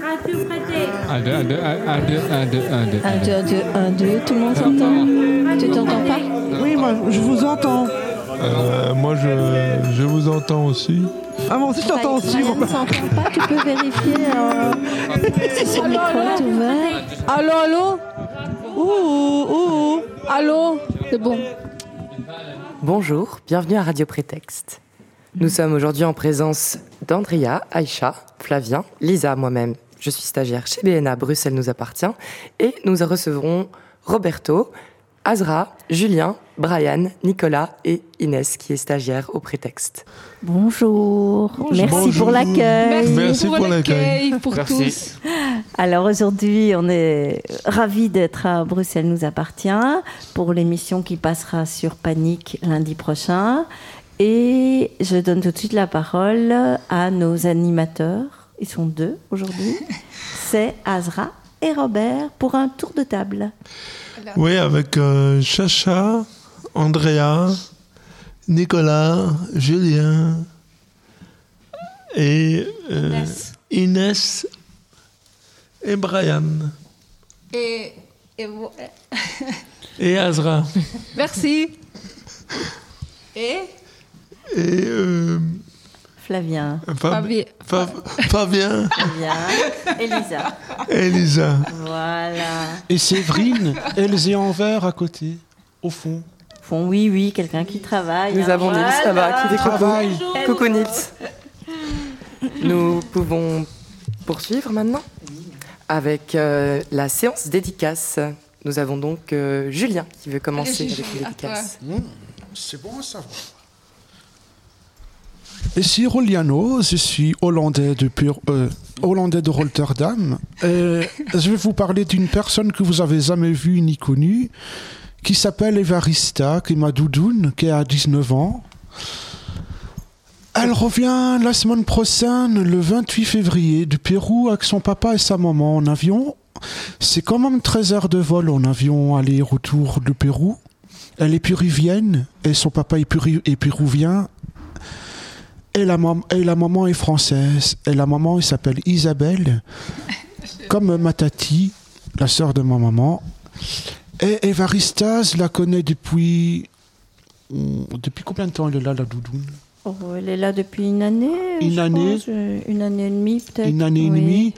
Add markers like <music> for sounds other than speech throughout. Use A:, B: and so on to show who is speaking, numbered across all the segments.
A: Radio prêtée.
B: 1, 2, 1, 2, 1, 2, 1, 2, 1, 2.
C: 1, 2, 1, 2, 1, 2, tout le monde s'entend Tu t'entends pas
D: Oui, moi, je vous entends.
E: Euh, moi, je, je vous entends aussi.
D: Ah, moi aussi, je t'entends aussi.
C: Ryan ne s'entend pas, tu peux vérifier euh, si son micro est ouvert.
F: Allô, allô Ouh, ouh, ouh. Allô
C: C'est bon.
G: Bonjour, bienvenue à Radio Prétexte. Nous sommes aujourd'hui en présence d'Andrea, Aïcha, Flavien, Lisa, moi-même. Je suis stagiaire chez BNA, Bruxelles nous appartient. Et nous recevrons Roberto, Azra, Julien, Brian, Nicolas et Inès, qui est stagiaire au Prétexte.
C: Bonjour. Merci
E: Bonjour.
C: pour l'accueil.
F: Merci,
E: Merci
F: pour,
E: pour
F: l'accueil, pour tous.
A: Alors aujourd'hui, on est ravis d'être à Bruxelles nous appartient pour l'émission qui passera sur Panique lundi prochain. Et je donne tout de suite la parole à nos animateurs. Ils sont deux
G: <laughs>
A: aujourd'hui. C'est Azra et Robert pour un tour de table.
E: Oui, avec euh, Chacha, Andrea, Nicolas, Julien et euh, Inès. et Brian
H: Et, et euh, vo-
E: et Azra
F: Merci.
H: et
E: et euh,
A: Flavien,
E: Fab-
F: Fabi-
E: Fa- Fabien
A: Flavien, Elisa.
E: et Lisa.
A: Voilà.
I: Et Séverine, Elsie en vert à côté, au fond.
A: Font oui, oui, quelqu'un qui travaille.
G: Nous
A: hein.
G: avons Nils
A: Voilà.
G: là-bas qui dit
I: Travail.
G: coucou. Coucou Nils. Nous pouvons poursuivre maintenant avec euh, la séance dédicace. Nous avons donc euh, Julien qui veut commencer
H: Allez,
G: avec les
H: Julien, à
G: dédicaces.
I: C'est bon à savoir. Ici Roliano, je suis hollandais de, pur- euh, hollandais de Rotterdam. Euh, je vais vous parler d'une personne que vous avez jamais vue ni connue, qui s'appelle Evarista, qui est ma doudoune, qui a 19 ans. Elle revient la semaine prochaine, le 28 février, du Pérou avec son papa et sa maman en avion. C'est quand même 13 heures de vol en avion aller-retour du Pérou. Elle est péruvienne et son papa est, péru- est péruvien. Et la, mam- et la maman est française. Et la maman elle s'appelle
A: <laughs>
I: Isabelle, comme ma tati, la sœur de ma maman. Et Evaristas la connaît depuis. hmm, Depuis combien de temps elle est là, la doudoune
A: Oh, elle est là depuis une année.
I: Une
A: je
I: année.
A: pense, euh, Une année et demie, peut-être.
I: Une année et
A: Oui,
I: demie.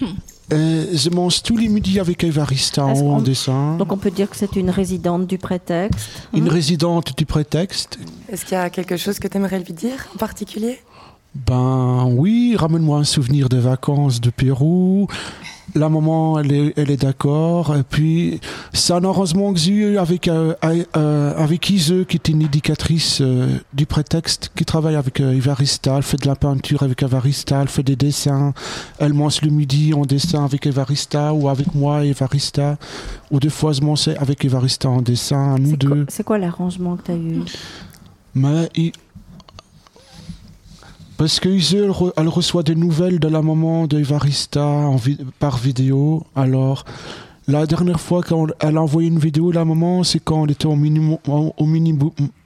A: oui.
I: Euh, Je mange tous les midis avec Evarista en
A: Est-ce
I: haut en
A: qu'on-
I: dessin.
A: Donc on Mhm. peut dire que c'est une résidente du prétexte.
I: Une résidente du prétexte.
G: Est-ce qu'il y a quelque chose que tu aimerais lui dire en particulier
I: Ben oui, ramène-moi un souvenir des vacances de Pérou. La maman, elle est, elle est d'accord. Et puis, c'est un arrangement que j'ai eu avec, euh, euh, avec Ise, qui est une éducatrice euh, du prétexte, qui travaille avec euh, Evarista. Elle fait de la peinture avec Evarista, elle fait des dessins. Elle mange le midi en dessin avec Evarista ou avec moi, et Evarista. Ou des fois, je mange avec Evarista en dessin, nous
A: C'est quoi-
I: deux.
A: C'est quoi l'arrangement que tu as eu
I: Mais il- Parce que Ise, elle, re- elle reçoit des nouvelles de la maman de Evarista en vi- par vidéo. Alors, la dernière fois qu'elle a envoyé une vidéo, la maman, c'est quand on était au mini, au, au mini,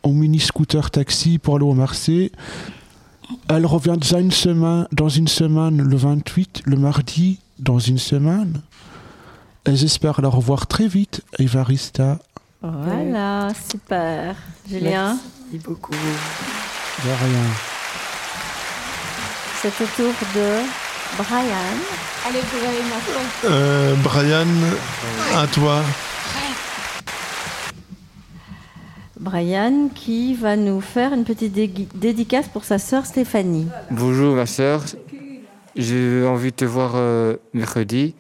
I: au mini scooter taxi pour aller au Marseille. Elle revient dans une semaine, dans une semaine, le 28, le mardi, dans une semaine. Et j'espère la revoir très vite, Evarista.
A: Voilà, super. Julien,
G: Merci beaucoup.
I: De rien.
A: c'est au tour de Brian.
H: allez vous avez maintenant.
E: Euh, Brian, à toi.
A: Brian qui va nous faire une petite dégui- dédicace pour sa sœur Stéphanie.
B: Bonjour ma soeur, j'ai envie de te voir euh, mercredi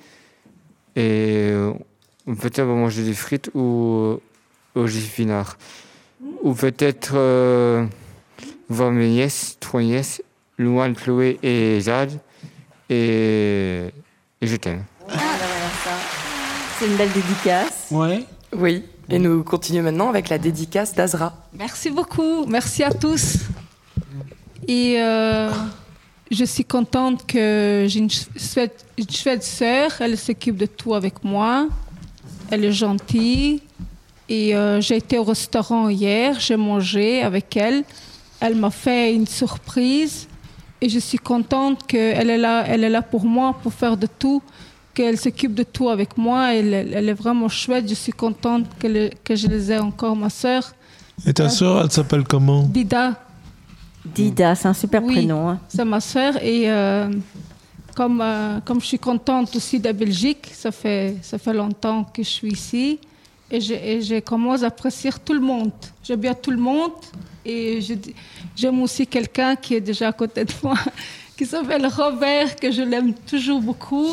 B: et euh, peut-être on va manger des frites ou euh, au gif pinard. Ou peut-être euh, voir mes nièces, trois nièces, Louane, Chloé et Jade et, et je t'aime.
A: C'est une belle dédicace.
I: Ouais.
G: Oui, et nous continuons maintenant avec la dédicace d'Azra.
F: Merci beaucoup. Merci à tous. Et euh, je suis contente que j'ai une chouette, une chouette sœur. Elle s'occupe de tout avec moi. Elle est gentille. Et euh, j'ai été au restaurant hier. J'ai mangé avec elle. Elle m'a fait une surprise. Et je suis contente qu'elle est là, elle est là pour moi, pour faire de tout, qu'elle s'occupe de tout avec moi. Elle, elle est vraiment chouette. Je suis contente qu'elle- que je les ai encore, ma sœur.
E: Et ta sœur, elle s'appelle comment
F: Dida,
A: Dida, c'est un super
F: Oui.
A: prénom. hein.
F: c'est ma sœur. Et euh, comme, euh, comme je suis contente aussi de la Belgique, ça fait, ça fait longtemps que je suis ici. Et je, et je commence à apprécier tout le monde. J'aime bien tout le monde. Et je dis- j'aime aussi quelqu'un qui est déjà à côté de moi, <laughs> qui s'appelle Robert, que je l'aime toujours beaucoup.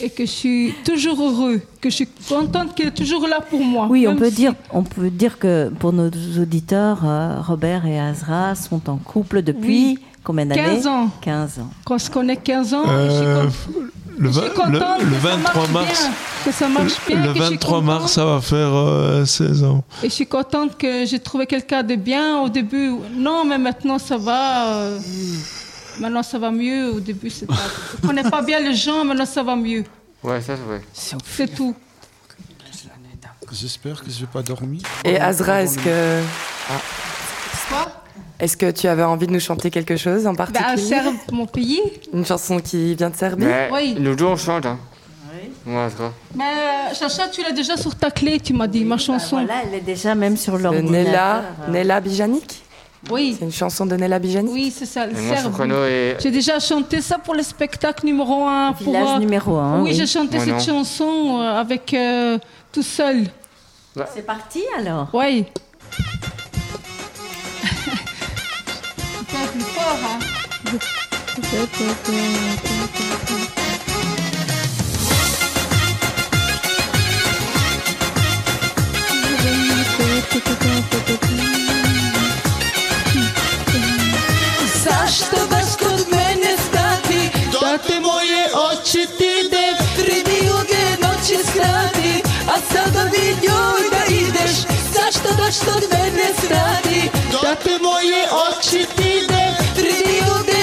F: Et que je suis toujours heureux, que je suis contente qu'il est toujours là pour moi.
A: Oui, on
F: Même
A: peut,
F: si-
A: dire, on peut dire que pour nos auditeurs, euh, Robert et Azra sont en couple depuis
F: Oui.
A: combien d'années
F: 15 ans.
A: 15 ans.
F: Quand on connaît 15 ans, Oh, je suis
E: Euh,
F: contente.
E: le,
F: Je
E: vingt-
F: suis contente
E: le- le
F: que ça
E: 23
F: marche
E: mars.
F: bien, que ça marche bien,
E: le
F: que je suis
E: 23 mars,
F: contente.
E: ça va faire euh, 16 ans.
F: Et je suis contente que j'ai trouvé quelqu'un de bien au début. Non, mais maintenant ça va. euh, Maintenant ça va mieux. Au début, c'est pas.
E: <laughs>
F: On connaît pas bien les gens, maintenant ça va mieux.
B: Ouais, ça c'est vrai.
F: C'est tout.
I: J'espère que je n'ai pas dormi.
G: Et Azra, est-ce que. Ah. Est-ce que tu avais envie de nous chanter quelque chose
J: Bah,
G: en
F: Ben,
G: particulier
F: Serbe, mon pays.
G: Une chanson qui vient de Serbie
B: Mais
F: Oui.
B: nous deux on chante. Hein. Ouais, ça.
F: Mais euh, Chacha, tu l'as déjà sur ta clé, tu m'as dit, ma
E: ben
F: chanson.
A: Voilà, elle est déjà même sur
G: De
A: l'ordinateur.
G: Nella, Nella Bijanic
F: Oui,
G: C'est une chanson de Nella Bijanic
F: oui, c'est ça, le
B: Et moi,
F: Serbe.
B: Soprano et.
F: J'ai déjà chanté ça pour le spectacle numéro 1. Pour,
A: Village
F: euh,
A: numéro 1.
F: oui, j'ai chanté
B: Moi,
F: cette
B: non.
F: chanson euh, avec euh, tout seul.
A: C'est parti alors.
F: Oui. Pas plus fort, hein.
C: Zašto baš kod mene stati Da te moje oči ti de Tri duge noći skrati A sada mi njoj da ideš Zašto baš kod mene stati Da te moje oči ti de Tri duge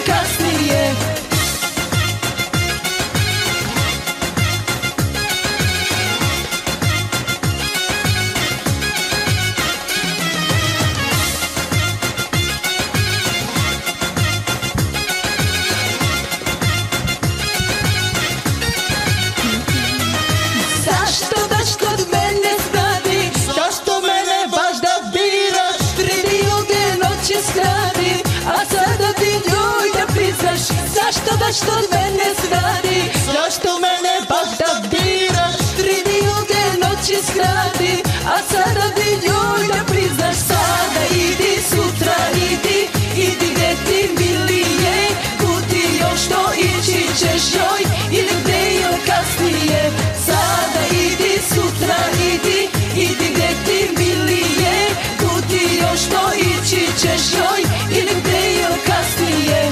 C: kasnije Zašto baš kod mene stani? Zašto mene baš da biraš? Tri druge noći skrati, a sada ti njoj da priznaš. Zašto baš kod mene stani? Zašto mene baš da biraš? Tri druge noći skrati, a sada ti njoj da priznaš. Sada idi, sutra idi, idi gde ti milije. Kuti još to ići ćeš joj, ili gde joj kasnije. Sada idi, sutra idi, idi gde ti milije Kuti još to ići ćeš joj ili gde joj kasnije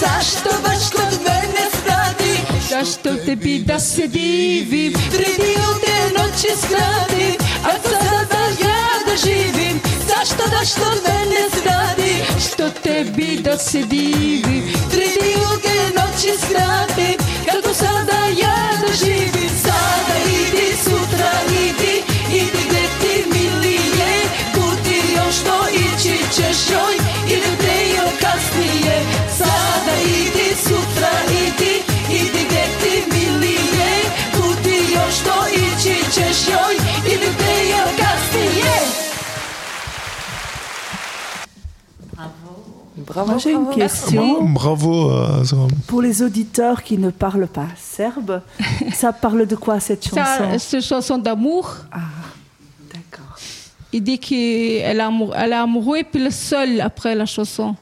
C: Zašto baš kod mene stani? Zašto tebi da se divim? Tri dio te noći skrati, a sada ja da živim. Zašto baš kod mene stani? Što tebi da se divim? Tri dio te noći skrati, kako sada ja da živim. Sada idi, sutra idi, idi gde ti milije. Kuti još to ići ćeš joj, ili gde joj kasnije. Sada idi, sutra idi, idi gde ti milije. Kuti još to ići ćeš joj, ili gde joj kasnije.
G: Bravo,
J: Moi, j'ai une
G: bravo.
J: question.
E: Bravo, euh, Azra.
J: Pour les auditeurs qui ne parlent pas serbe, ça parle de quoi cette chanson
F: Ça, C'est une chanson d'amour.
J: D'accord.
F: Il dit qu'elle est amou- elle est amoureuse, puis le seul après la chanson.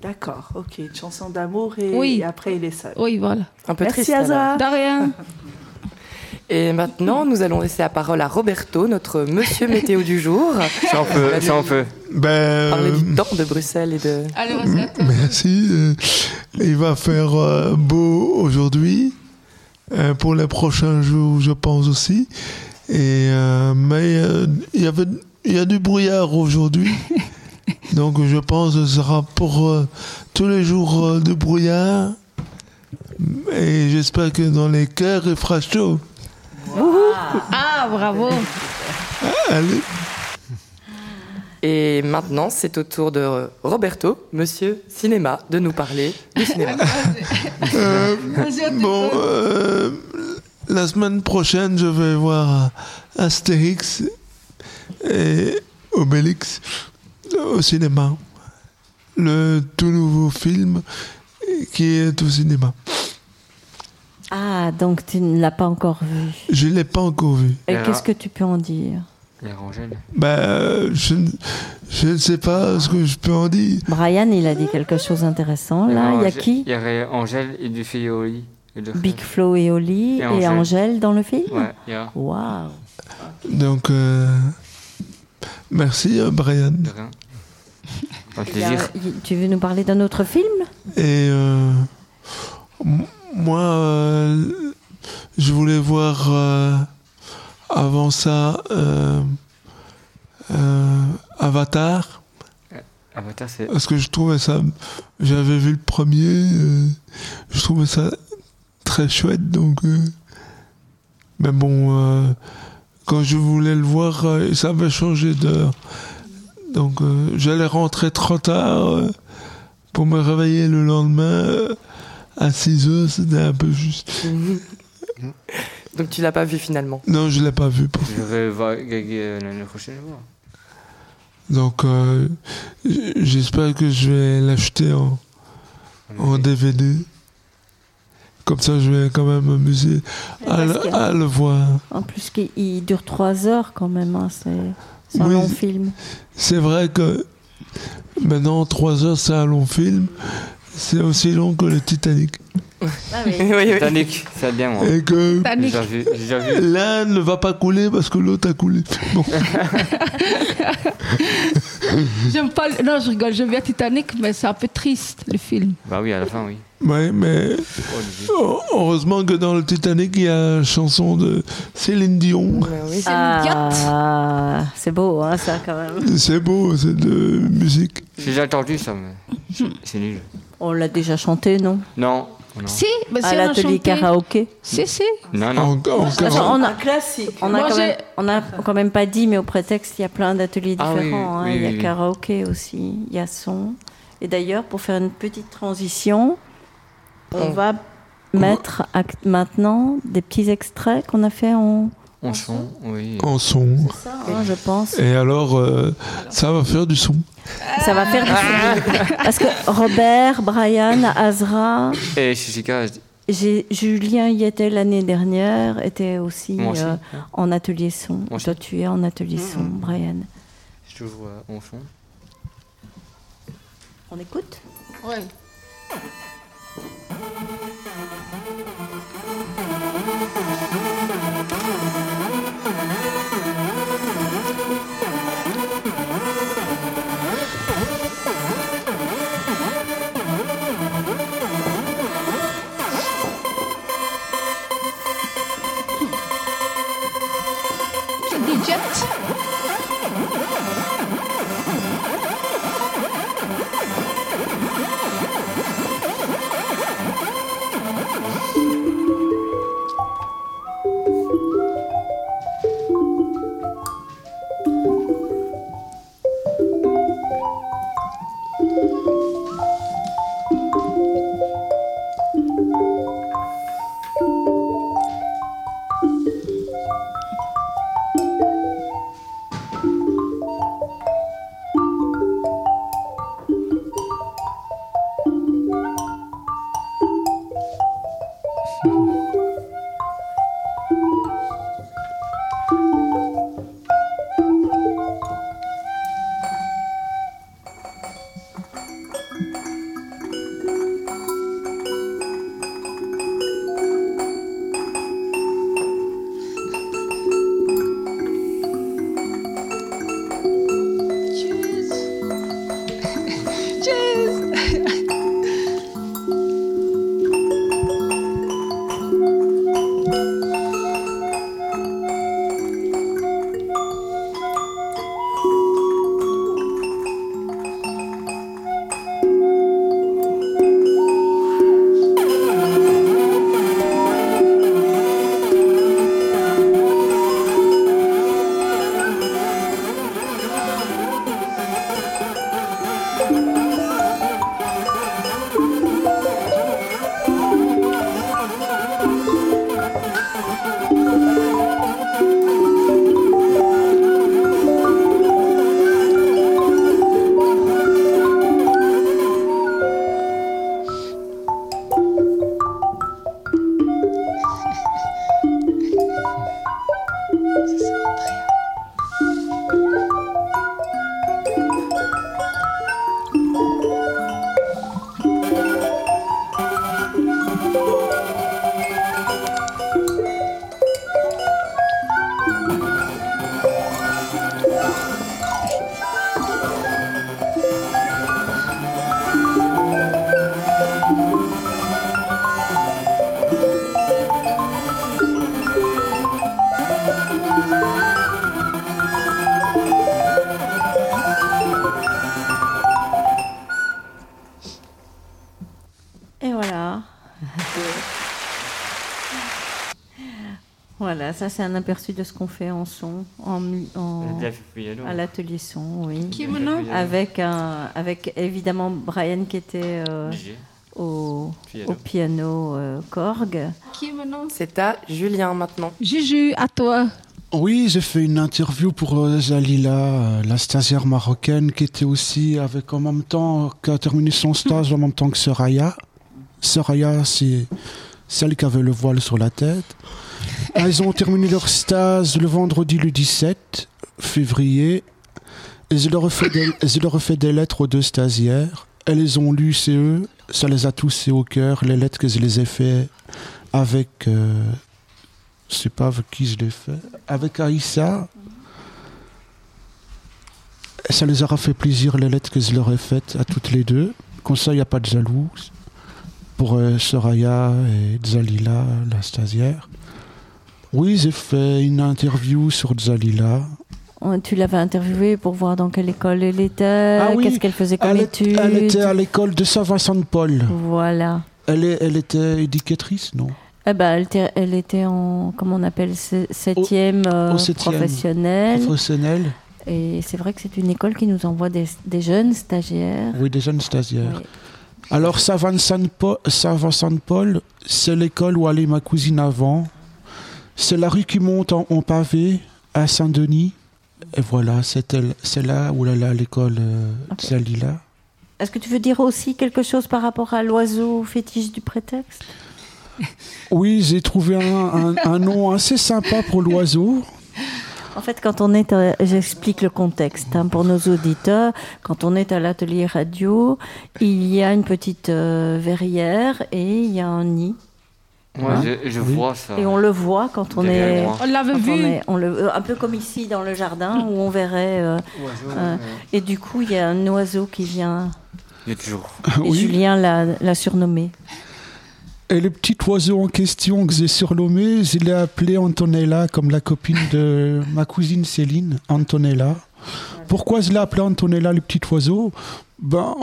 J: D'accord, ok. Une chanson d'amour et,
F: euh, Oui.
J: et après il est seul. Ah.
F: Oui, voilà.
G: Un peu
J: Merci
G: triste, alors.
J: Azar.
F: Darien.
G: Et maintenant, nous allons laisser la parole à Roberto, notre monsieur météo du jour.
B: Ça, on peut. Ça, on peut.
E: Ben,
G: Parler du temps de Bruxelles et de...
F: Allez,
E: Merci. euh, Il va faire euh, beau aujourd'hui. Euh, pour les prochains jours, je pense aussi. Et, euh, mais euh, il y avait- il y a du brouillard
F: <laughs>
E: aujourd'hui. Donc je pense que ce sera pour euh, tous les jours euh, de brouillard. Et j'espère que dans les cœurs, il fera chaud.
F: Ah, bravo.
E: Allez.
G: Et maintenant, c'est au tour de Roberto, monsieur cinéma, de nous parler du cinéma.
E: Euh,
F: Vas-y, tu
E: bon,
F: peux.
E: euh, la semaine prochaine, je vais voir Astérix et Obélix au cinéma. Le tout nouveau film qui est au cinéma.
A: Ah, donc tu ne l'as pas encore vu.
E: Je ne l'ai pas encore vu.
A: Et
B: Et
A: qu'est-ce
B: alors
A: que tu peux en dire
B: Les Rangel.
E: Bah, euh, je, ne- je ne sais pas ce que je peux en dire.
A: Brian, il a dit quelque chose d'intéressant. Là, il y a
B: Angèle-
A: qui
B: Il y aurait Angèle et du fille Oli. Et de-
A: Big Flo et Oli
B: Et
A: et,
B: Angèle.
A: Angèle dans le film
B: Ouais, il y a.
A: Waouh
E: Donc, euh, merci euh, Brian.
B: De
A: <laughs>
B: rien. Pas de
A: Il y a-
B: plaisir.
A: il- Tu veux nous parler d'un autre film
E: Et euh, m- moi, euh, je voulais voir euh, avant ça euh, euh, Avatar,
B: Avatar, Ah bah, c'est.
E: parce que je trouvais ça. J'avais vu le premier, euh, je trouvais ça très chouette, donc. euh, mais bon, euh, quand je voulais le voir, euh, ça avait changé d'heure. Donc euh, j'allais rentrer trop tard euh, pour me réveiller le lendemain euh, à 6 heures, c'était un peu juste.
G: Donc tu l'as pas vu finalement.
E: Non, je l'ai pas vu. pour-
B: Je vais voir Gagui euh, l'année prochaine. voir.
E: Donc euh, j- j'espère que je vais l'acheter en, en DVD. Comme ça, je vais quand même m'amuser à,
A: Parce que-
E: le- à le voir.
A: En plus, qu'il- il dure trois heures quand même. hein, C'est c'est un
E: Oui.
A: long film.
E: C'est vrai que maintenant, 3 heures, c'est un long film. C'est aussi long que le Titanic.
F: Ah
G: Oui, oui.
B: Titanic, ça bien, moi.
E: Et que
B: J'ai
F: Titanic.
B: déjà vu. J'ai déjà vu.
E: l'un ne va pas couler parce que l'autre a coulé. <laughs> Bon,
F: J'aime pas. le- Non, je rigole. J'aime bien Titanic, mais c'est un peu triste le film.
B: Bah oui, à la fin, oui.
E: ouais, mais
B: Oh, Dieu.
E: heureusement que dans le Titanic, il y a une chanson de Céline Dion.
G: Mais oui.
A: Ah, c'est beau, hein, ça quand même.
E: C'est beau, c'est de musique.
B: J'ai déjà entendu ça,
A: <laughs>
B: mais. C'est nul.
A: On l'a déjà chanté, non
B: Non. Non,
F: Si, mais
A: À
F: si on a
A: l'atelier
F: chanté.
A: karaoké.
F: Si, si.
B: non.
E: En,
B: non.
E: en quarante-
A: Attends, on a,
J: classique.
A: on a
F: Moi,
A: quand
F: j'ai-
A: même, on a quand même pas dit, mais au prétexte, il y a plein d'ateliers
B: Ah oui,
A: différents. hein.
B: oui, oui,
A: il y a
B: oui, oui.
A: karaoké aussi, il y a son. Et d'ailleurs, pour faire une petite transition, on
G: On-
A: va mettre ac- maintenant des petits extraits qu'on a fait en.
B: On sent, oui.
E: en son.
A: Ça, hein, je pense.
E: Et alors, euh, ça va faire du son.
A: Ça va faire du bruit. Parce que Robert, Brian, Azra,
B: Et Chichika,
A: j'ai- Julien y était l'année dernière, était aussi,
B: moi aussi.
A: euh, en atelier son.
B: Moi aussi.
A: Toi,
B: Mm.
A: tu es en atelier son, Brian.
B: Je toujours euh, en fond.
A: On écoute
F: Ouais. Jet.
B: <laughs>
A: Voilà, ça c'est un aperçu de ce qu'on fait en son, en, mu- en-
B: La piano.
A: Oh. à l'atelier son, oui.
B: Qui est maintenant
A: Avec un, avec évidemment Brian qui était euh,
B: DJ.
A: au
G: Piano.
A: piano, au piano euh, Korg.
H: Qui est maintenant
G: C'est à Julien maintenant.
F: Juju, à toi.
I: Oui, j'ai fait une interview pour euh, Zalila, euh, la stagiaire marocaine qui était aussi avec en même temps, qui a terminé son stage en même temps que Soraya. Soraya, c'est celle qui avait le voile sur la tête. Elles ont terminé leur stage le vendredi le 17 février. Et je leur ai fait des, je leur ai fait des lettres aux deux stagiaires. Elles les ont lues, c'est eux. Ça les a touchés au cœur, les lettres que je les ai fait avec... euh, je sais pas avec qui je l'ai fait. Avec Aïssa. Ça les aura fait plaisir les lettres que je leur ai faites à toutes les deux. Comme ça, il n'y a pas de jaloux. Pour euh, Soraya et Zalila, la stagiaire. Oui, j'ai fait une interview sur Zalila.
A: On- Tu l'avais interviewée pour voir dans quelle école elle était,
I: Ah oui,
A: qu'est-ce qu'elle faisait comme
I: elle, est-
A: études.
I: elle était à l'école de Saint-Vincent-de-Paul.
A: Voilà.
I: Elle, est- elle était éducatrice, non
A: Eh ben, elle, était, elle était en, comment on appelle, se- septième, euh,
I: au septième.
A: professionnelle.
I: Professionnelle.
A: Et c'est vrai que c'est une école qui nous envoie des, des jeunes stagiaires.
I: Oui, des jeunes stagiaires. Alors, Saint-Vincent-de-Paul, Saint-Vincent-de-Paul, c'est l'école où allait ma cousine avant. C'est la rue qui monte en, en pavé à Saint-Denis. Et voilà, c'est elle- c'est là où elle allait à l'école euh, Zalila.
A: Est-ce que tu veux dire aussi quelque chose par rapport à l'oiseau fétiche du prétexte
I: Oui, j'ai trouvé un, un- un nom assez sympa pour l'oiseau.
A: En fait, quand on est, à- j'explique le contexte hein, pour nos auditeurs. Quand on est à l'atelier radio, il y a une petite euh, verrière et il y a un nid.
B: Moi,
A: Hein
B: je, je vois ça.
A: Et on le voit quand on
B: Ah Derrière
A: est.
B: moi.
F: On l'avait
A: quand
F: vu.
A: on est- on le- euh, un peu comme ici dans le jardin où on verrait. euh, euh, et du coup, il y a un oiseau qui vient.
B: Il y a toujours.
A: Et Julien l'a l'a surnommé.
I: Et le petit oiseau en question que j'ai surnommé, je l'ai appelé Antonella, comme la copine
J: <laughs>
I: de ma cousine Céline, Antonella. Pourquoi je l'ai appelé Antonella, le petit oiseau Ben,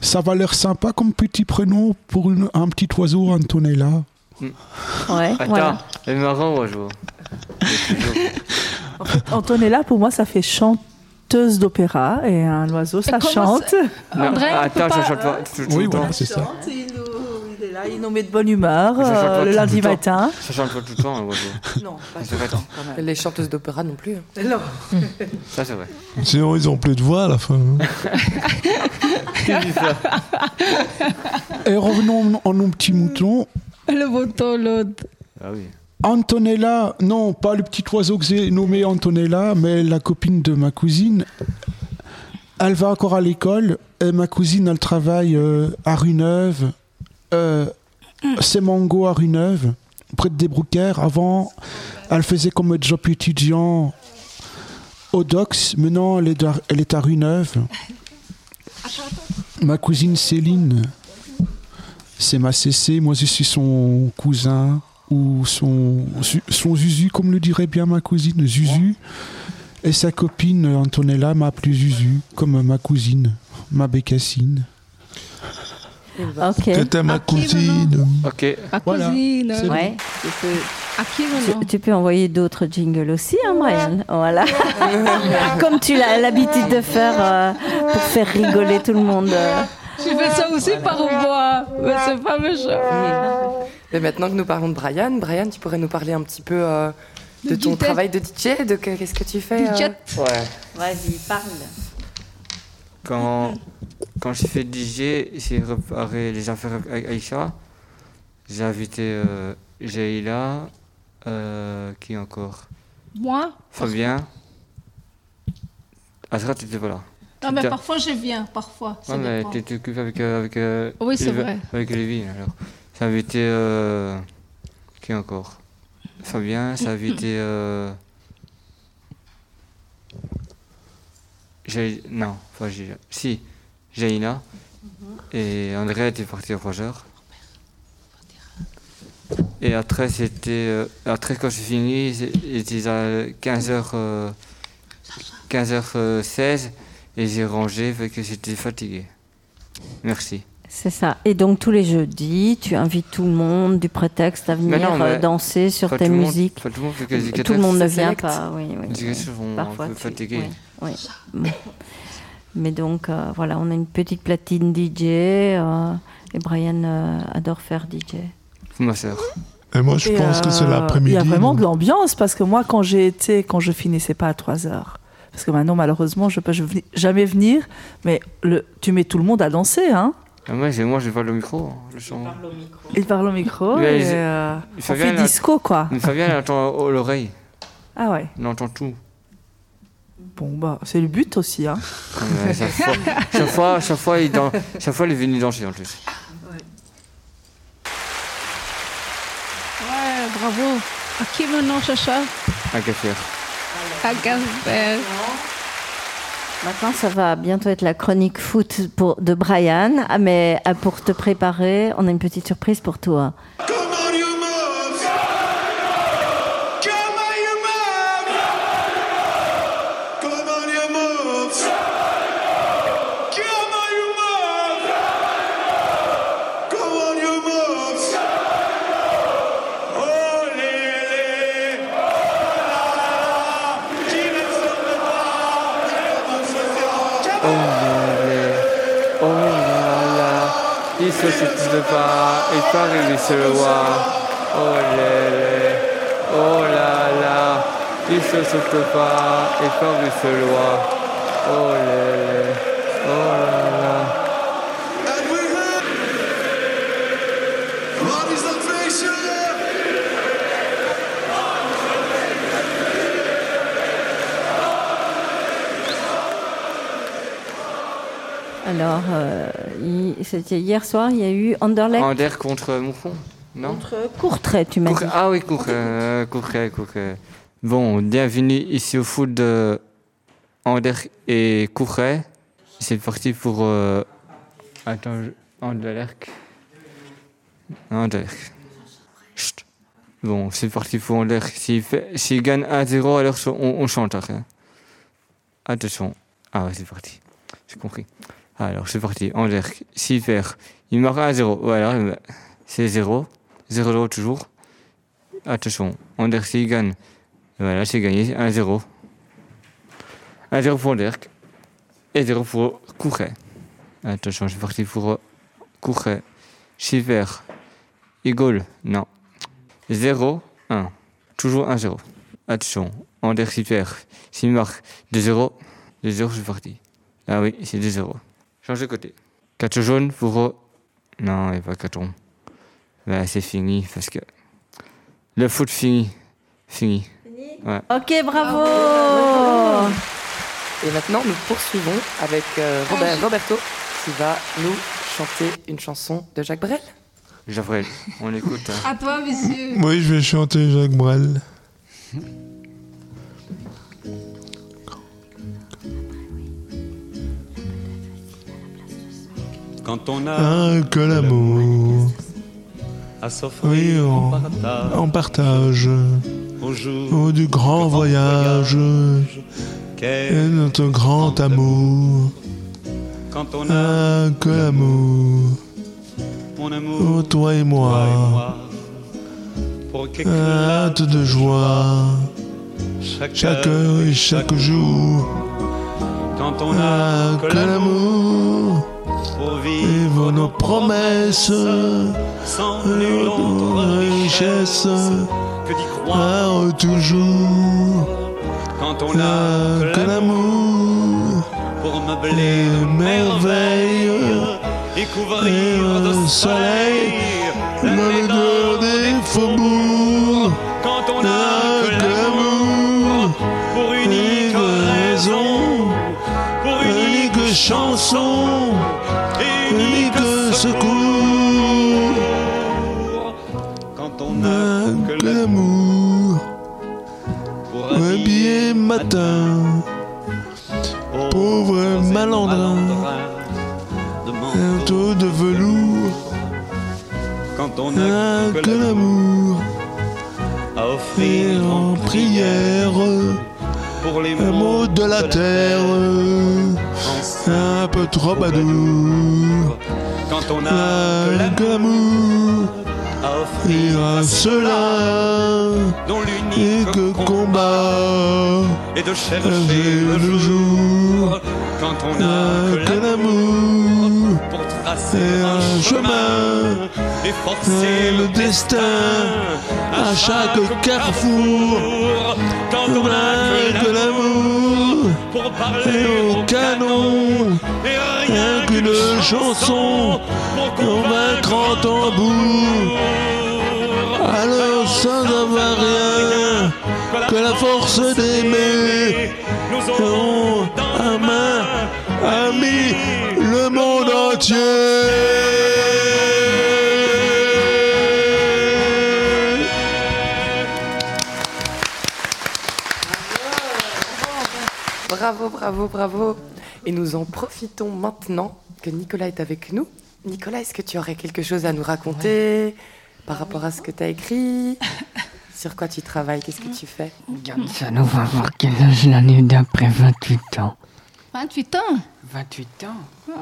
I: ça va l'air sympa comme petit prénom pour une- un petit oiseau, Antonella.
A: Ouais,
B: Attends,
A: voilà.
B: elle est marrant, oiseau.
J: Antonella, pour moi, ça fait chanteuse d'opéra et un oiseau, ça
F: comment
J: chante.
B: Non, attends, je chante
F: euh,
B: pas. tout- hein. tout le temps.
J: chante, il nous, il est là, il nous met de bonne humeur
B: Ça chante
J: euh,
B: pas
J: le
B: tout
J: lundi
B: temps.
J: matin.
B: Ça chante pas tout le temps, un oiseau.
J: Non,
B: Ça, c'est vrai.
G: Les chanteuses d'opéra non plus. hein.
J: Non.
B: Ça, c'est vrai.
E: Sinon, ils ont plus de voix à la
J: <laughs>
E: fin. hein.
I: Et revenons à nos petits moutons.
F: Le bouton, l'autre.
B: Ah oui.
I: Antonella, non, pas le petit oiseau que j'ai nommé Antonella, mais la copine de ma cousine. Elle va encore à l'école et ma cousine, elle travaille euh, à Runeuve, euh, c'est Mango à Runeuve, près de Desbrouquères. Avant, elle faisait comme job étudiant au Dox, maintenant elle est à, elle est à Runeuve. Ma cousine Céline, c'est ma CC, moi je suis son cousin ou son, su- son Zuzu, comme le dirait bien ma cousine, Zuzu. Et sa copine Antonella m'a appelé Zuzu, comme ma cousine, ma bécassine.
A: Ok.
E: Que t'es ma cousine.
B: Ok.
F: À
I: Voilà,
F: cousine.
I: c'est bon.
A: Ouais, tu peux,
F: À qui maintenant
A: tu- tu peux envoyer d'autres jingles aussi, hein, Brian Voilà. <laughs> Comme tu as l'habitude de faire euh, pour faire rigoler tout le monde. euh.
F: Tu fais ça aussi par voix. Mais c'est pas méchant.
G: Et maintenant que nous parlons de Brian, Brian, tu pourrais nous parler un petit peu euh, de
F: De
G: ton
F: DJ.
G: travail de DJ, de que- qu'est-ce que tu fais euh,
F: DJ.
B: Ouais.
A: Vas-y, parle.
B: Quand, quand je fais DJ, j'ai réparé les affaires avec Aïcha. J'ai invité euh, Jaïla. euh, qui encore
F: Moi
B: Fabien. Azra, tu n'étais pas là.
F: Non, mais
B: Tiens.
F: parfois je viens, parfois. Ça
B: Ouais, mais
F: dépend.
B: tu étais occupé avec. euh, avec euh,
F: Oui, c'est
B: Lévi-
F: vrai.
B: Avec Lévi, alors. J'ai invité. euh, qui encore Fabien, j'ai invité. euh, J'ai- Non, pas J'ai- Si, Jaina.
F: Mhm.
B: Et André était parti au Roger. Et après, c'était. euh, après, quand j'ai fini, c'était à euh, 15h. euh, 15h16 et j'ai rangé parce que j'étais fatigué. Merci.
A: C'est ça. Et donc tous les jeudis, tu invites tout le monde du prétexte à venir
B: Mais non, mais
A: euh, danser sur
B: pas
A: tes
B: tout le monde-
A: musiques.
B: pas tout le monde, parce que les
A: tout
B: éducateurs
A: le monde ne
B: se
A: vient
B: sélectent.
A: pas. Oui, oui,
B: Les
A: oui.
B: éducateurs sont un
A: Parfois,
B: peu
A: tu-
B: fatigués.
A: oui, oui. Bon. Mais donc euh, voilà, on a une petite platine DJ euh, et Brian euh, adore faire DJ.
B: ma sœur.
E: Et moi, je
J: Et,
E: pense que c'est
J: euh,
E: l'après-midi.
J: Il y a vraiment
E: donc.
J: de l'ambiance parce que moi, quand j'ai été, quand je finissais pas à 3 heures, parce que maintenant, malheureusement, je peux je veni- jamais venir, mais le, tu mets tout le monde à danser, hein
B: Ah ouais, c'est moi, je parle au micro. hein, Le son.
J: Il parle au micro
B: Mais
J: et
B: je-
J: euh, on fait
B: Fabien, elle a-
J: disco, quoi.
B: Mais Fabien, elle entend oh, l'oreille.
J: Ah ouais.
B: Elle entend tout.
J: Bon, bah, c'est le but aussi, hein.
B: Ah ouais, chaque, fois, chaque, fois, chaque fois, il dan- chaque fois, elle est venue danser en plus.
F: Ouais, bravo. À qui maintenant, Chacha
B: Un café.
F: À Gasper.
A: Maintenant, ça va bientôt être la chronique foot pour, de Brian. Ah, mais ah, pour te préparer, on a une petite surprise pour toi.
B: Oh là là, oh là là, il se souffle pas, il paraît lui se le voit. Oh là là, oh là là, il se souffle pas, il paraît lui se le voit. Oh là là, oh là là.
A: Alors, euh, il- c'était hier soir, il y a eu Anderlecht
B: Ander contre Mouffon, non
A: Courtrai, tu m'as dit.
B: Courtrai- Ah oui, Courtrai, euh, Courtrai, Courtrai. Bon, bienvenue ici au foot de Ander et Courtrai. C'est parti pour... euh, Attends, je- Anderlecht. Anderlecht. Chut. Bon, c'est parti pour Anderlecht. S'il fait- s'il gagne 1-0, alors on, on chante après. Attention. Ah ouais, c'est parti. J'ai compris. Alors, c'est parti. Anderlecht, s'il perd, il marque 1-0. Ouais, alors, euh, c'est 0. 0-0 toujours. Attention, Anderlecht, s'il gagne. Voilà, c'est gagné. 1-0. 1-0 pour Anderlecht. Et 0 pour Courret. Attention, c'est parti pour euh, Courret. S'il perd, il goal. Non. 0-1. Toujours 1-0. Attention, Anderlecht, s'il perd. S'il marque 2-0, 2-0, c'est parti. Ah oui, c'est 2-0. Change de côté. 4 jaune pour. euh, Non, il n'y a pas 4 ronds. Bah, c'est fini parce que. Le foot fini. Fini. Ouais.
A: Ok, bravo,
G: Et maintenant, nous poursuivons avec euh, Robert- Roberto qui va nous chanter une chanson de Jacques Brel.
B: Javrel, on écoute. hein.
H: À toi, monsieur.
E: Oui, je vais chanter Jacques Brel.
K: Quand on a
E: Ah, que l'amour,
K: à s'offrir,
E: oui,
K: on
E: on,
K: partage
E: on partage
K: au jour
E: au du grand voyage
K: qu'est-
E: et notre grand amour.
K: Quand on a
E: Ah, que l'amour,
K: mon amour,
E: oh, toi et
K: toi et
E: moi, Hein,
K: moi, pour qu'éclate
E: hâte de joie,
K: chaque,
E: chaque
K: heure,
E: heure et chaque jour.
K: quand on a
E: Ah, que l'amour
K: pour
E: et
K: vivre
E: vos nos promesses,
K: sans nulle autre
E: nos richesses,
K: que d'y croire.
E: ah, oh, toujours.
K: Quand on
E: Ah,
K: a
E: que l'amour
K: pour meubler
E: les merveilles
K: et
E: et
K: couvrir de
E: le soleil, le
K: soleil l'odeur
E: dehors des faubourgs.
K: quand on
E: Ah,
K: a que
E: que l'amour,
K: pour unique
E: unique
K: raison,
E: raison,
K: pour unique
E: unique chanson,
K: et unique
E: unique secours.
K: secours. Quand on
E: Ah,
K: a
E: que
K: que l'amour
E: l'amour,
K: pour
E: un billet matin,
K: pauvres
E: pauvre malandrin, un taux de velours.
K: Quand on
E: Ah,
K: a
E: que
K: que l'amour
E: l'amour,
K: à
E: et
K: offrir
E: en prière.
K: pour les
E: Un mot
K: mots
E: de la terre,
K: France,
E: un peu trop badour.
K: quand on a
E: Un glamour et à cela et que combat
K: et de chercher
E: Euh, le, jour
K: quand on a que
E: l'amour
K: pour tracer
E: et un chemin
K: et
E: et le destin à chaque carrefour quand on
B: Ah,
E: a que l'amour et au canon rien qu'une chanson convaincre en tambour alors sans avoir rien que la force d'aimer on à main ami le monde entier
G: Bravo, bravo, bravo. Et nous en profitons maintenant que Nicolas est avec nous. Nicolas, est-ce que tu aurais quelque chose à nous raconter par rapport à ce que tu as
J: <laughs>
G: écrit Sur quoi tu travailles Qu'est-ce que tu fais
L: Ça nous va voir quel âge l'année d'après 28 ans.
F: 28 ans
G: 28 ans
F: Oh.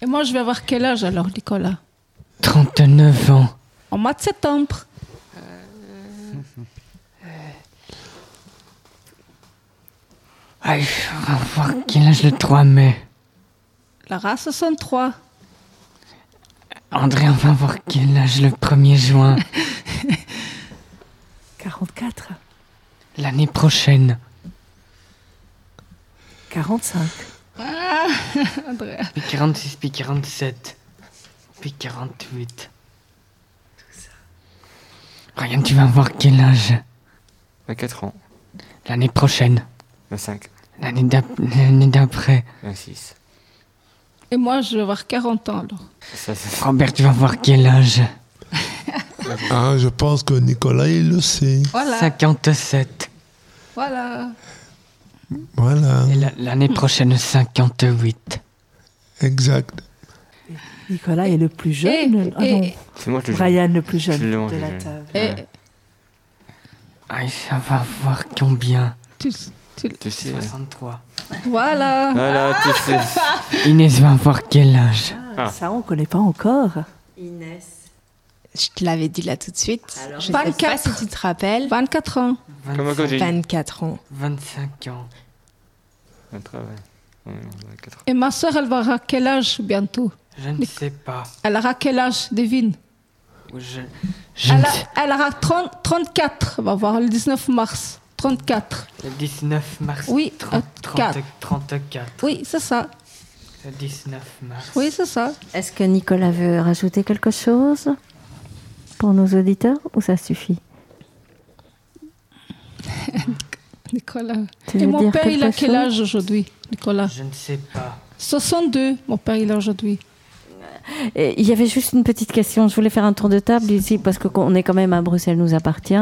F: Et moi, je vais avoir quel âge alors, Nicolas
L: 39 ans.
F: En mois de septembre.
L: Ah, je vais avoir quel âge le 3 mai.
F: La race 63.
L: André, on va voir quel âge le 1er juin.
J: 44,
L: L'année prochaine.
J: 45.
F: Ah, André.
L: Puis 46, puis 47. Puis 48. Ryan, tu vas avoir quel âge
B: 24 ans,
L: L'année prochaine.
B: 25,
L: L'année d'ap- l'année d'après.
B: 26.
F: Et moi, je vais avoir 40 ans alors.
B: Ça, ça-
L: Robert, tu vas avoir quel âge
E: Ah, je pense que Nicolas, il le sait.
F: Voilà.
L: 57.
F: Voilà.
E: Voilà.
L: Et la- l'année prochaine, 58.
E: Exact.
J: Nicolas est le plus jeune.
F: Eh,
J: ah
F: eh,
J: non.
B: C'est moi le
J: Ryan le plus jeune
B: Je l'ai
J: de
B: mangé,
J: la
B: je-
J: table.
F: Et
L: Ah, ça va voir combien
F: tu, tu-
B: Tu sais.
L: 63.
F: Voilà.
B: Voilà, tu sais.
L: Ah, Inès va avoir quel âge
J: Ça, on connaît pas encore.
H: Inès. Je te l'avais dit là tout de suite. je ne sais pas
F: 24.
H: si tu te rappelles.
F: 24 ans.
B: Comment quand j'ai dit
H: 24 ans.
L: 25 ans.
B: Un travail. Ouais, on a quatre ans.
F: Et ma soeur, elle va avoir quel âge bientôt
L: Je ne sais pas.
F: Elle aura quel âge Devine.
L: Ou Je, je
F: Elle,
L: ne
F: a-
L: sais-
F: elle aura 30 34. On va voir le 19 mars. 34.
L: Le 19 mars.
F: Oui,
L: trente-
F: euh,
L: trente-
F: quatre.
L: 34.
F: Oui, c'est ça.
L: Le 19 mars.
F: Oui, c'est ça.
A: Est-ce que Nicolas veut rajouter quelque chose pour nos auditeurs ou ça suffit
F: Nicolas.
A: Tu
F: Et
A: veux
F: mon
A: dire
F: père, il a
A: quelque
F: quel
A: chose
F: âge aujourd'hui, Nicolas
L: Je ne sais pas.
F: 62, mon père, il a aujourd'hui.
A: Et Il y avait juste une petite question. Je voulais faire un tour de table ici parce que qu'on est quand même à Bruxelles, nous appartient.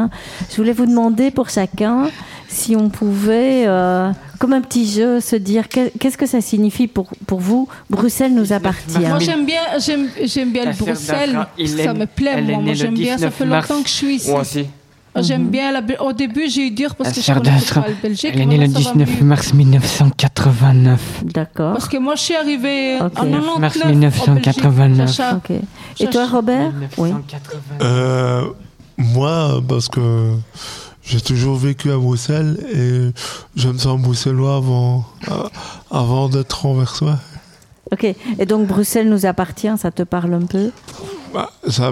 A: Je voulais vous demander pour chacun si on pouvait, euh, comme un petit jeu, se dire que- qu'est-ce que ça signifie pour, pour vous Bruxelles nous appartient.
F: Moi, j'aime bien, j'aime, j'aime bien
L: La
F: le
L: sœur
F: Bruxelles.
L: d'Afra, il
F: ça
L: est-
F: me plaît,
L: elle est
F: moi.
L: née
F: Moi,
L: le
F: j'aime bien. Ça
L: 19
F: fait
L: mars.
F: longtemps que je suis ici.
B: Moi aussi.
F: J'aime bien la Bel- Au début, j'ai eu dur parce
L: Mhm. La
F: que je
L: sœur
F: connaissais
L: d'Astra,
F: pas la Belgique.
L: elle est née le
F: Maintenant, ça va
L: 19
F: mieux.
L: mars 1989.
A: D'accord.
F: Parce que moi, je suis arrivée
A: Ok.
F: en
L: 19 mars
F: 99
L: 1989.
F: Sacha.
A: Ok. Et toi,
F: Sacha.
A: Robert Oui.
L: 1989.
E: Euh, moi, parce que j'ai toujours vécu à Bruxelles et je me sens bruxellois avant, euh, avant d'être anversois.
A: Ok. Et donc, Bruxelles nous appartient, ça te parle un peu
E: Bah, ça,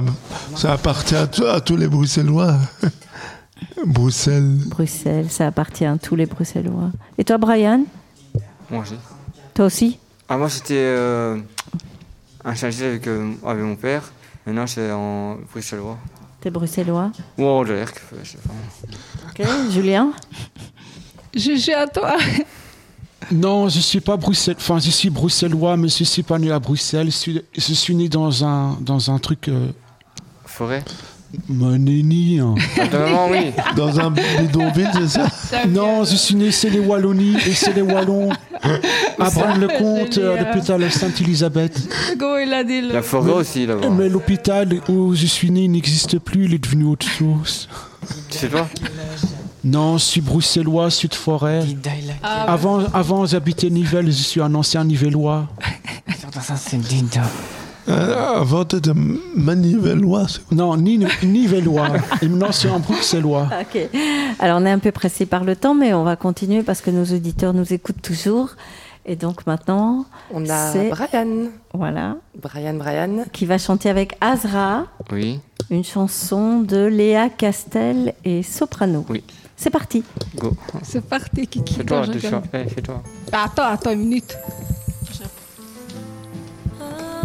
E: ça appartient à, tout- à tous les Bruxellois. <laughs> Bruxelles.
A: Bruxelles, ça appartient à tous les Bruxellois. Et toi, Brian
B: Moi aussi.
A: Toi aussi
B: Ah, moi j'étais euh, un chargé avec, euh, avec mon père. Maintenant c'est en bruxellois.
A: T'es Bruxellois
B: Ou en Anderlecht, je sais pas.
A: Ok. Julien
F: GG à toi.
I: Non, je suis pas Bruxelles. Enfin, je suis bruxellois, mais je suis pas né à Bruxelles. Je suis, je suis né dans un dans un truc euh,
B: Forêt
I: monéni.
G: <laughs>
I: hein.
B: Attends, maman, oui.
E: Dans un bidonville, c'est ça
I: non, je suis né c'est les Wallonies et c'est les
G: <laughs>
I: Wallons. À Brande-le-Comte,
F: Génial.
I: euh, à l'hôpital Sainte-Élisabeth.
F: Go, il a dit le.
B: La forêt aussi
G: Oh.
B: là-bas.
I: Mais l'hôpital où je suis né n'existe plus, il est devenu autre chose.
B: Tu sais pas
I: Non, je suis bruxellois, sud forêt.
G: Ida, il a
F: Ah,
I: Avant, avant j'habitais Nivelles, je suis un ancien Nivellois.
G: quel âge
L: ça c'est Dido.
J: Euh, avant, t'étais manivellois.
I: Non, ni, nivellois. Et maintenant, c'est en bruxellois.
A: Ok. Alors, on est un peu pressé par le temps, mais on va continuer parce que nos auditeurs nous écoutent toujours. Et donc maintenant,
G: On a
A: c'est
G: Brian.
A: Voilà.
G: Brian, Brian.
A: qui va chanter avec Azra
B: Oui,
A: une chanson de Léa Castel et Soprano.
B: Oui.
A: C'est parti.
B: go.
M: C'est parti, Kiki.
B: C'est toi,
M: Non, je
B: tu
M: rigole.
B: chantes. Eh, c'est toi.
F: Bah,
M: Attends, attends une minute.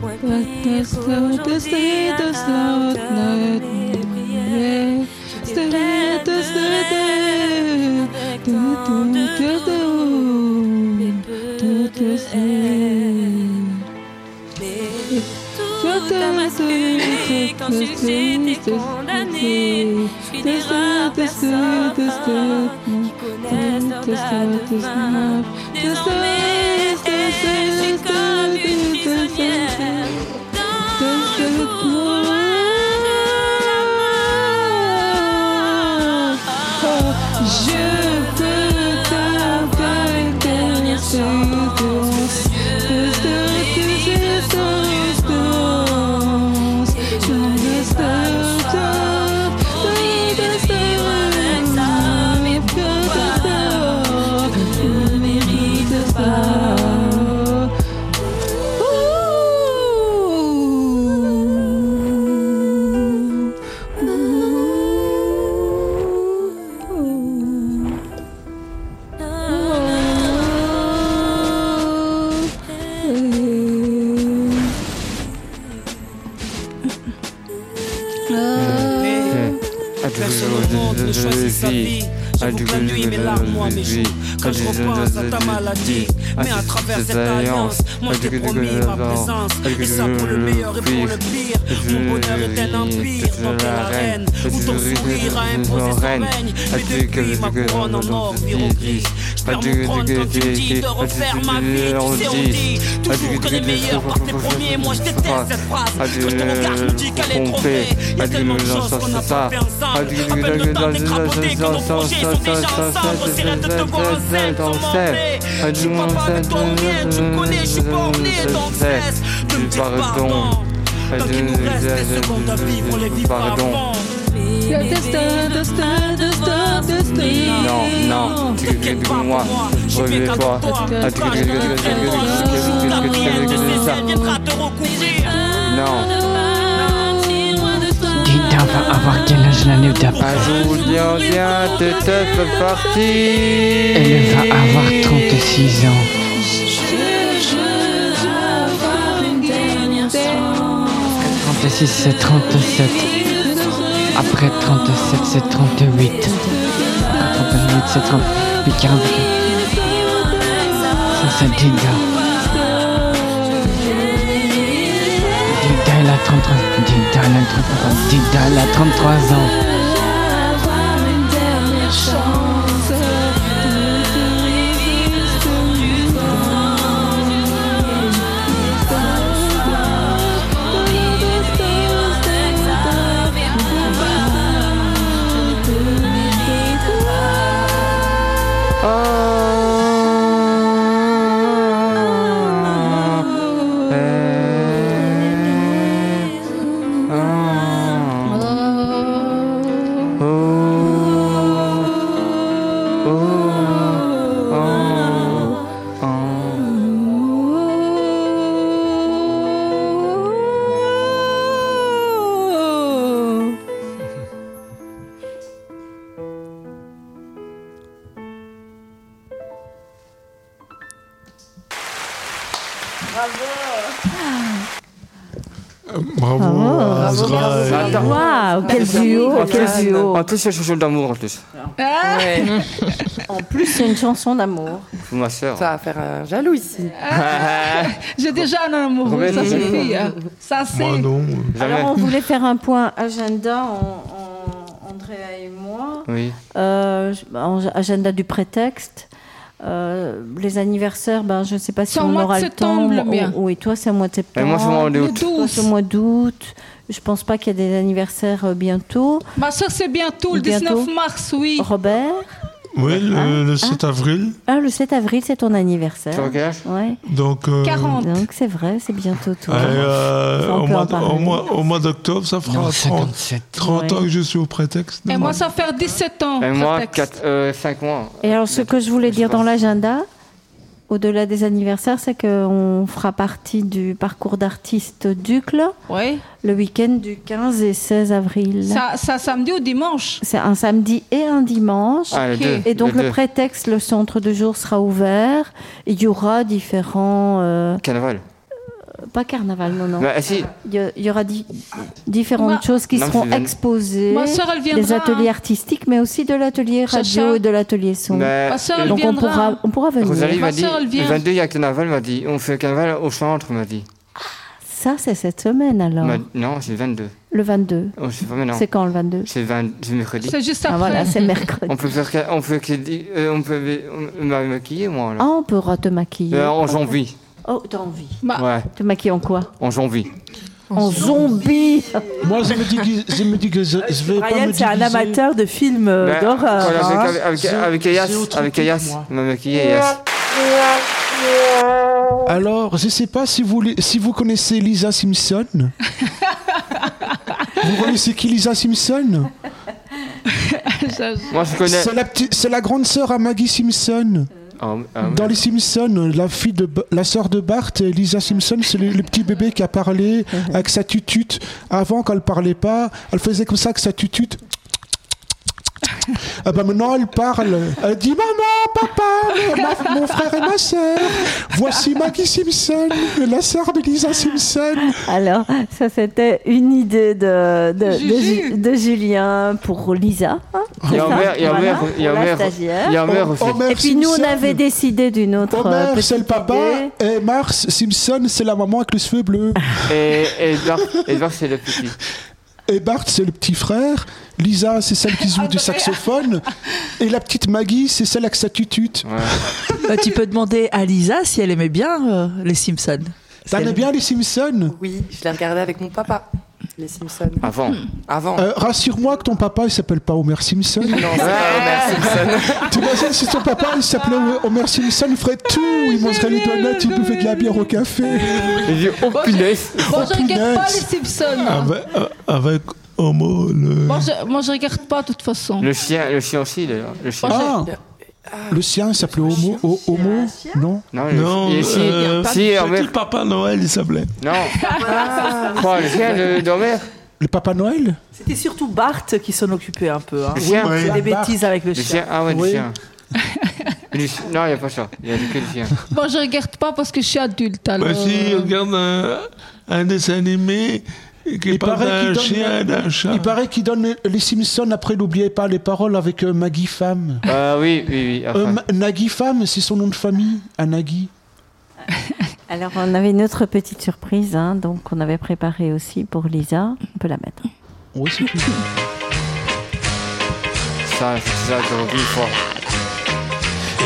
M: What the stuff, the sweetest of the me. Sweetest, sweetest, do do do do, do do do. Tout à ma suite, quand tu sais t'es condamné, je suis des rares personnes qui connaissent leur date de fin. Désormais, je suis comme une prisonnière dans le couloir. Je veux t'avoir dernière séquence.
B: Ah, du-
K: Personne au monde ne choisit sa vie. J'avoue que la nuit, mes larmes, moi, mes joues. Quand je repense à ta maladie, mais à travers cette alliance, moi je t'ai promis ma présence. Et ça pour le meilleur et pour le pire. Mon bonheur est un empire dans quelle arène où ton sourire a imposé son règne. Mais depuis ma couronne en or vire au gris. Je perds mon trône quand tu me dis de refaire ma vie. Tu sais, on dit toujours que les meilleurs partent les premiers. Moi je déteste cette phrase. Quand ton regard me dit qu'elle est trop vraie. Il y a tellement de choses qu'on n'a pas fait ensemble. À peine le temps d'écrapoter que nos projets sont déjà ensemble. On s'est de te voir en scène, sans m'embêter. Je suis pas pas de ton rien, tu me connais, je suis pas orné, donc cesse de me dire pardon. Tant qu'il nous reste des secondes à vivre, on les vit pas avant.
M: Le destin, destin, destin, destin.
B: Non, non, tu es pour moi, reviens-toi. Ah, tu es Non.
L: Dido va avoir quel âge l'année d'après
B: Julien, viens, te te fais partie.
L: Elle va avoir 36 ans.
N: Thank
L: 36 c'est 37. Après 37 c'est 38. Après 38 c'est 30. Puis 40. Ça c'est Dido. Dido elle a 33. Dido elle a 33 ans. Dido elle a 33 ans.
J: Bravo, Azra.
B: Attends.
A: Waouh, quel
B: En
A: duo,
B: plus,
A: quel duo.
B: En plus, c'est une chanson d'amour en plus.
M: Ah.
A: En plus, c'est une chanson d'amour.
B: Pour ma sœur.
G: Ça va faire un jaloux ici.
F: J'ai déjà un amoureux,
B: Robert,
F: ça
B: non.
F: suffit. hein. Ça, c'est.
A: Alors, on voulait faire un point agenda, en- en- Andrea et moi.
B: Oui.
A: Euh, je- en agenda du prétexte. Euh, les anniversaires, ben, je ne sais pas si
F: C'est au
A: on
F: mois de
A: aura le temps.
F: septembre, le mien.
A: Oh, oui, toi, c'est au mois de septembre.
B: Et moi, c'est au mois d'août.
A: Toi, c'est au mois d'août. Je pense pas qu'il y a des anniversaires euh, bientôt.
F: Ma soeur, c'est bientôt, le
A: Bientôt. Oh.
F: 19 mars, oui.
A: Robert
E: Oui, le, le 7 avril.
A: Ah, le 7 avril, c'est ton anniversaire.
E: Tu regardes
A: Ouais.
E: Donc, euh,
A: Donc, c'est vrai, c'est bientôt
E: et,
A: toi.
E: euh,
A: Ça, on
E: au
A: peut en
E: mois,
A: parler.
E: au mois- au mois d'octobre, ça fera 30, 30 ans que je suis au prétexte.
F: Et moi, ça va faire 17 ans.
B: Et moi,
F: prétexte.
B: 5 mois.
A: Et alors, ce que je voulais dire dans l'agenda, au-delà des anniversaires, c'est qu'on fera partie du parcours d'artistes Ducle le week-end du 15 et 16 avril.
F: Ça, ça, samedi ou dimanche
A: C'est un samedi et un dimanche.
F: Ah, les deux,
A: Et donc,
F: les
A: le
F: deux.
A: prétexte, le centre de jour sera ouvert. Il y aura différents. euh,
B: Carnaval.
A: pas carnaval, non, non.
B: Bah, si.
A: Il y a- il y, aura di- différentes
F: Ma-
A: choses qui
B: Non,
A: seront
B: c'est bien.
A: exposées.
F: Ma sœur, elle viendra,
A: des ateliers
F: hein.
A: artistiques, mais aussi de l'atelier
F: Chacha.
A: radio et de l'atelier son.
B: Bah, Ma sœur, elle
A: donc, on
B: viendra.
A: pourra, on pourra venir.
B: Rosalie m'a dit, le 22, il y a carnaval, m'a dit, on fait carnaval au centre, m'a dit.
A: Ça, c'est cette semaine alors.
B: M'a- Non, c'est 22.
A: Le 22.
B: Oh, je sais pas, mais non.
A: C'est quand le 22
B: C'est 20 c'est mercredi.
A: C'est juste Ah, après. voilà, c'est
B: <laughs>
A: mercredi.
B: On peut faire, ca- on peut, que- euh, on peut, on m'a maquillé moi
A: Ah,
B: alors.
A: on pourra te maquiller.
B: Euh, en
A: Parfait.
B: janvier.
A: Oh, t'as envie.
B: Ouais,
A: Te maquiller en quoi
B: en janvier.
A: En zombie <laughs>
I: Moi, je me dis que je, me dis que je, je vais pas me
J: Brian, c'est un
I: déguiser.
J: amateur de films euh,
B: Mais,
J: d'horreur.
B: voilà,
J: hein.
B: Ben, avec, avec, avec Elias, avec Elias, m'a maquillé Elias.
I: Alors, je sais pas si vous, les- si vous connaissez Lisa Simpson.
J: <laughs>
I: vous connaissez qui Lisa Simpson
B: Moi je connais.
I: C'est la, petite- c'est la grande sœur à Maggie Simpson.
B: Ah, ah,
I: Dans les Simpsons, la fille de Ba- la sœur de Bart, Lisa Simpson, c'est le, le petit bébé qui a parlé avec sa tutute. Avant, quand elle parlait pas, elle faisait comme ça avec sa tutute. Ah ben maintenant elle parle, elle dit maman, papa, ma- mon frère et ma sœur, voici Maggie Simpson, la sœur de Lisa Simpson.
A: Alors, ça, c'était une idée de, de, de Ju- de Julien pour Lisa.
I: Ah,
A: hein, c'est
B: Il y
A: ça
B: a Homer, il y a
A: Voilà,
B: Homer, il y
A: pour la
B: a Homer,
A: stagiaire.
B: il y a Homer aussi. Homer
A: Et puis, nous, on
I: Simpson.
A: avait décidé d'une autre. euh,
I: Homer,
A: petite
I: Oh, c'est le papa,
A: idée.
I: et Mars Simpson, c'est la maman avec le cheveux bleu.
B: Et Edward, Edward c'est le petit.
I: Et Bart, Eh ben, c'est le petit frère. Lisa, c'est celle
J: <laughs>
I: qui
J: Ah,
I: joue du saxophone. Et la petite Maggie, c'est celle avec sa tutute.
J: Bah, tu peux demander à Lisa si elle aimait bien euh, les Simpsons.
I: T'aimes bien les Simpsons
G: Oui, je l'ai regardé avec mon papa, les Simpsons.
B: Avant.
G: Avant.
I: Euh, Rassure-moi que ton papa, il s'appelle pas Homer Simpson.
G: Non,
I: <laughs>
G: c'est pas Homer Simpson.
I: T'imagines si ton papa, il s'appelait Homer Simpson, il ferait tout. Il mangerait les donuts, il buvait de la bière au café.
B: Il dit, oh punaise.
F: Moi, je regarde pas
I: punaise.
F: les Simpsons.
J: Ah,
F: hein.
E: Avec, euh, avec Homo, le.
F: Moi, je, moi, je regarde pas, de toute façon.
B: Le chien, le chien aussi d'ailleurs. Le chien.
I: Ah, le sien, il s'appelait
J: Ah,
I: Homo. Ho- homo Non
B: Non, le-
E: Non,
B: et si,
E: euh,
B: si, Homer.
E: petit Papa Noël, il s'appelait.
B: Non. Quoi, le chien de- d'Homer
I: Le Papa Noël
J: C'était surtout Bart qui s'en occupait un peu. Hein.
B: Le chien.
J: Il faisait des bêtises avec le
B: Le
J: chien.
B: chien, ah ouais, le
J: Oui.
B: chien. Le chien- Non, il n'y a pas ça. Il n'y a que le chien.
F: Moi, je regarde pas parce que je suis adulte. Alors...
E: Bah, si, on regarde un, un dessin animé qui parle
I: paraît
E: d'un
I: qu'il donne-
E: chien et d'un chat.
I: Il paraît qu'il donne les Simpsons, après, n'oubliez pas les paroles avec euh, Maggie Femme.
B: Euh, oui, oui, oui. après.
I: Euh, Ma- Nagui Femme, c'est son nom de famille, à Nagui.
A: Alors, on avait une autre petite surprise, hein, donc on avait préparé aussi pour Lisa. On peut la mettre.
I: Oui, c'est cool.
B: Ça, c'est ça, je l'ai dit une fois.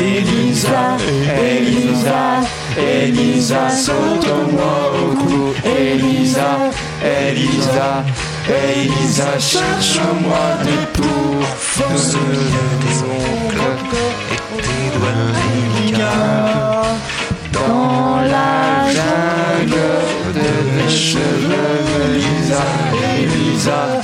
K: Elisa, Elisa, Elisa, saute-moi au cou. Elisa, Elisa, Elisa, cherche-moi des tours. Des ongles et tes doigts délicats. Dans la jungle de mes cheveux, Elisa, Elisa,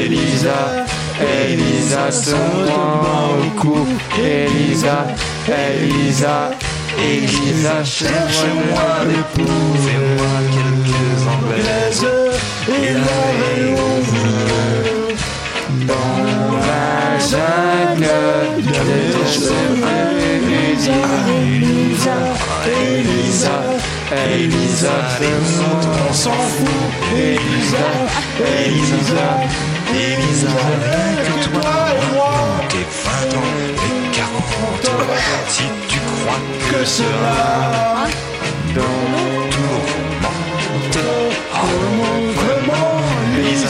K: Elisa, Elisa, saute-moi au cou. Elisa, Elisa, Elisa, cherche-moi l'épouse. Fais-moi quelques anglaises et la réouvre. Dans la jungle de tes cheveux, Elisa, Elisa, Elisa, Elisa, les autres, on s'en fout. Elisa, Elisa, Elisa, rien que toi et moi. Tes 20 ans et 40 Si tu crois que cela dans tourmente Vraiment, vraiment, Lisa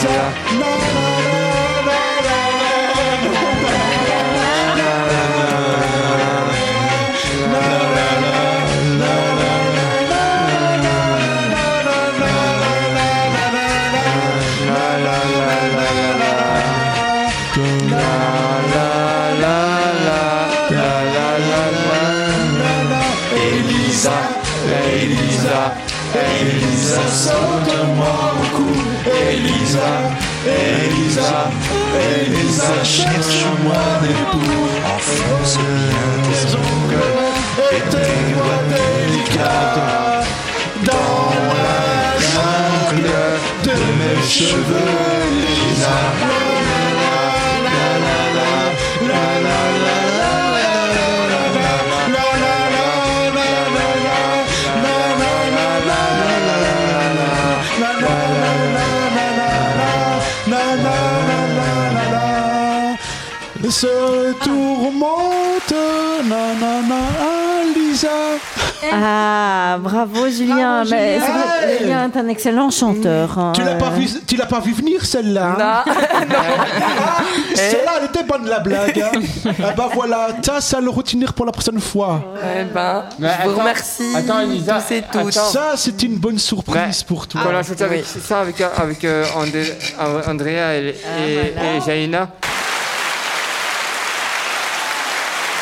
K: Elisa, Elisa, Elisa, saute-moi au cou. Elisa, Elisa, Elisa, cherche-moi des poux. Enfonce bien tes ongles et tes doigts délicats dans la jungle de mes cheveux, Elisa. La, la, la, la, la, la, la, la.
I: Se tourmente, nanana, Lisa.
A: Ah, bravo Julien.
J: Bravo,
A: Mais
J: Julien.
A: c'est vrai,
I: Hey.
A: Julien est un excellent chanteur. hein.
I: Tu l'as pas vu, tu l'as pas vu venir celle-là. hein Ah, celle-là, elle était bonne la blague. hein. ah bah voilà, ça, ça le retenir pour la prochaine fois.
G: Eh ben,
B: Mais
G: je vous
B: attends,
G: remercie.
B: attends, Elisa,
G: tous et toutes.
B: attends.
I: Ça, c'est une bonne surprise pour toi.
B: Quand on a chanté avec, ça avec, avec euh, André- euh, Andrea et, et, et Jaina.
A: Euh,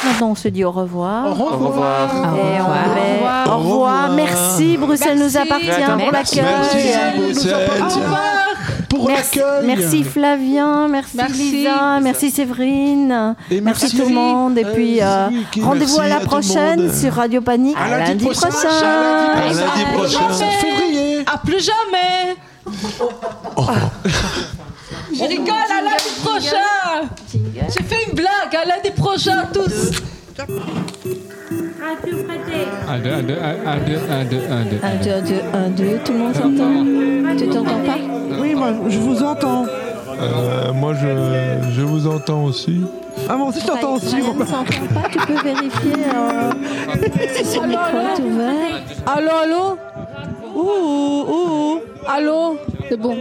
A: Maintenant, on se dit au revoir. Au
B: revoir. Au revoir.
A: Et on
B: Au
A: met-
B: revoir.
A: au revoir. Merci, Bruxelles nous appartient pour
E: Merci,
A: l'accueil.
E: Bruxelles.
A: Pour merci,
E: l'accueil.
A: merci Flavien, merci,
F: Merci.
A: Lisa, merci Séverine,
E: Et
A: merci,
E: merci.
A: tout le monde. Et
E: Euh,
A: puis euh,
E: merci
A: rendez-vous à
E: à
A: la
E: tout le
A: prochaine
E: monde.
A: sur Radio Panique
E: À lundi prochain.
A: prochain.
E: À lundi
A: Bye bye.
E: prochain.
F: février. À plus jamais. Je rigole, à lundi prochain. J'ai fait une blague, à lundi prochain à tous.
B: Un, deux, un, deux, un, deux, un, deux, un, deux.
A: Un, deux, un, deux, un, deux. Tout le monde s'entend Tu t'entends pas
D: Oui, moi, je vous entends.
E: Euh, moi, je, je vous entends aussi.
D: Ah, moi aussi, je t'entends aussi.
A: Ryan ne s'entend pas, tu peux vérifier euh, si son micro est ouvert.
F: Allô, allô Ouh, ouh, ouh. Allô C'est bon.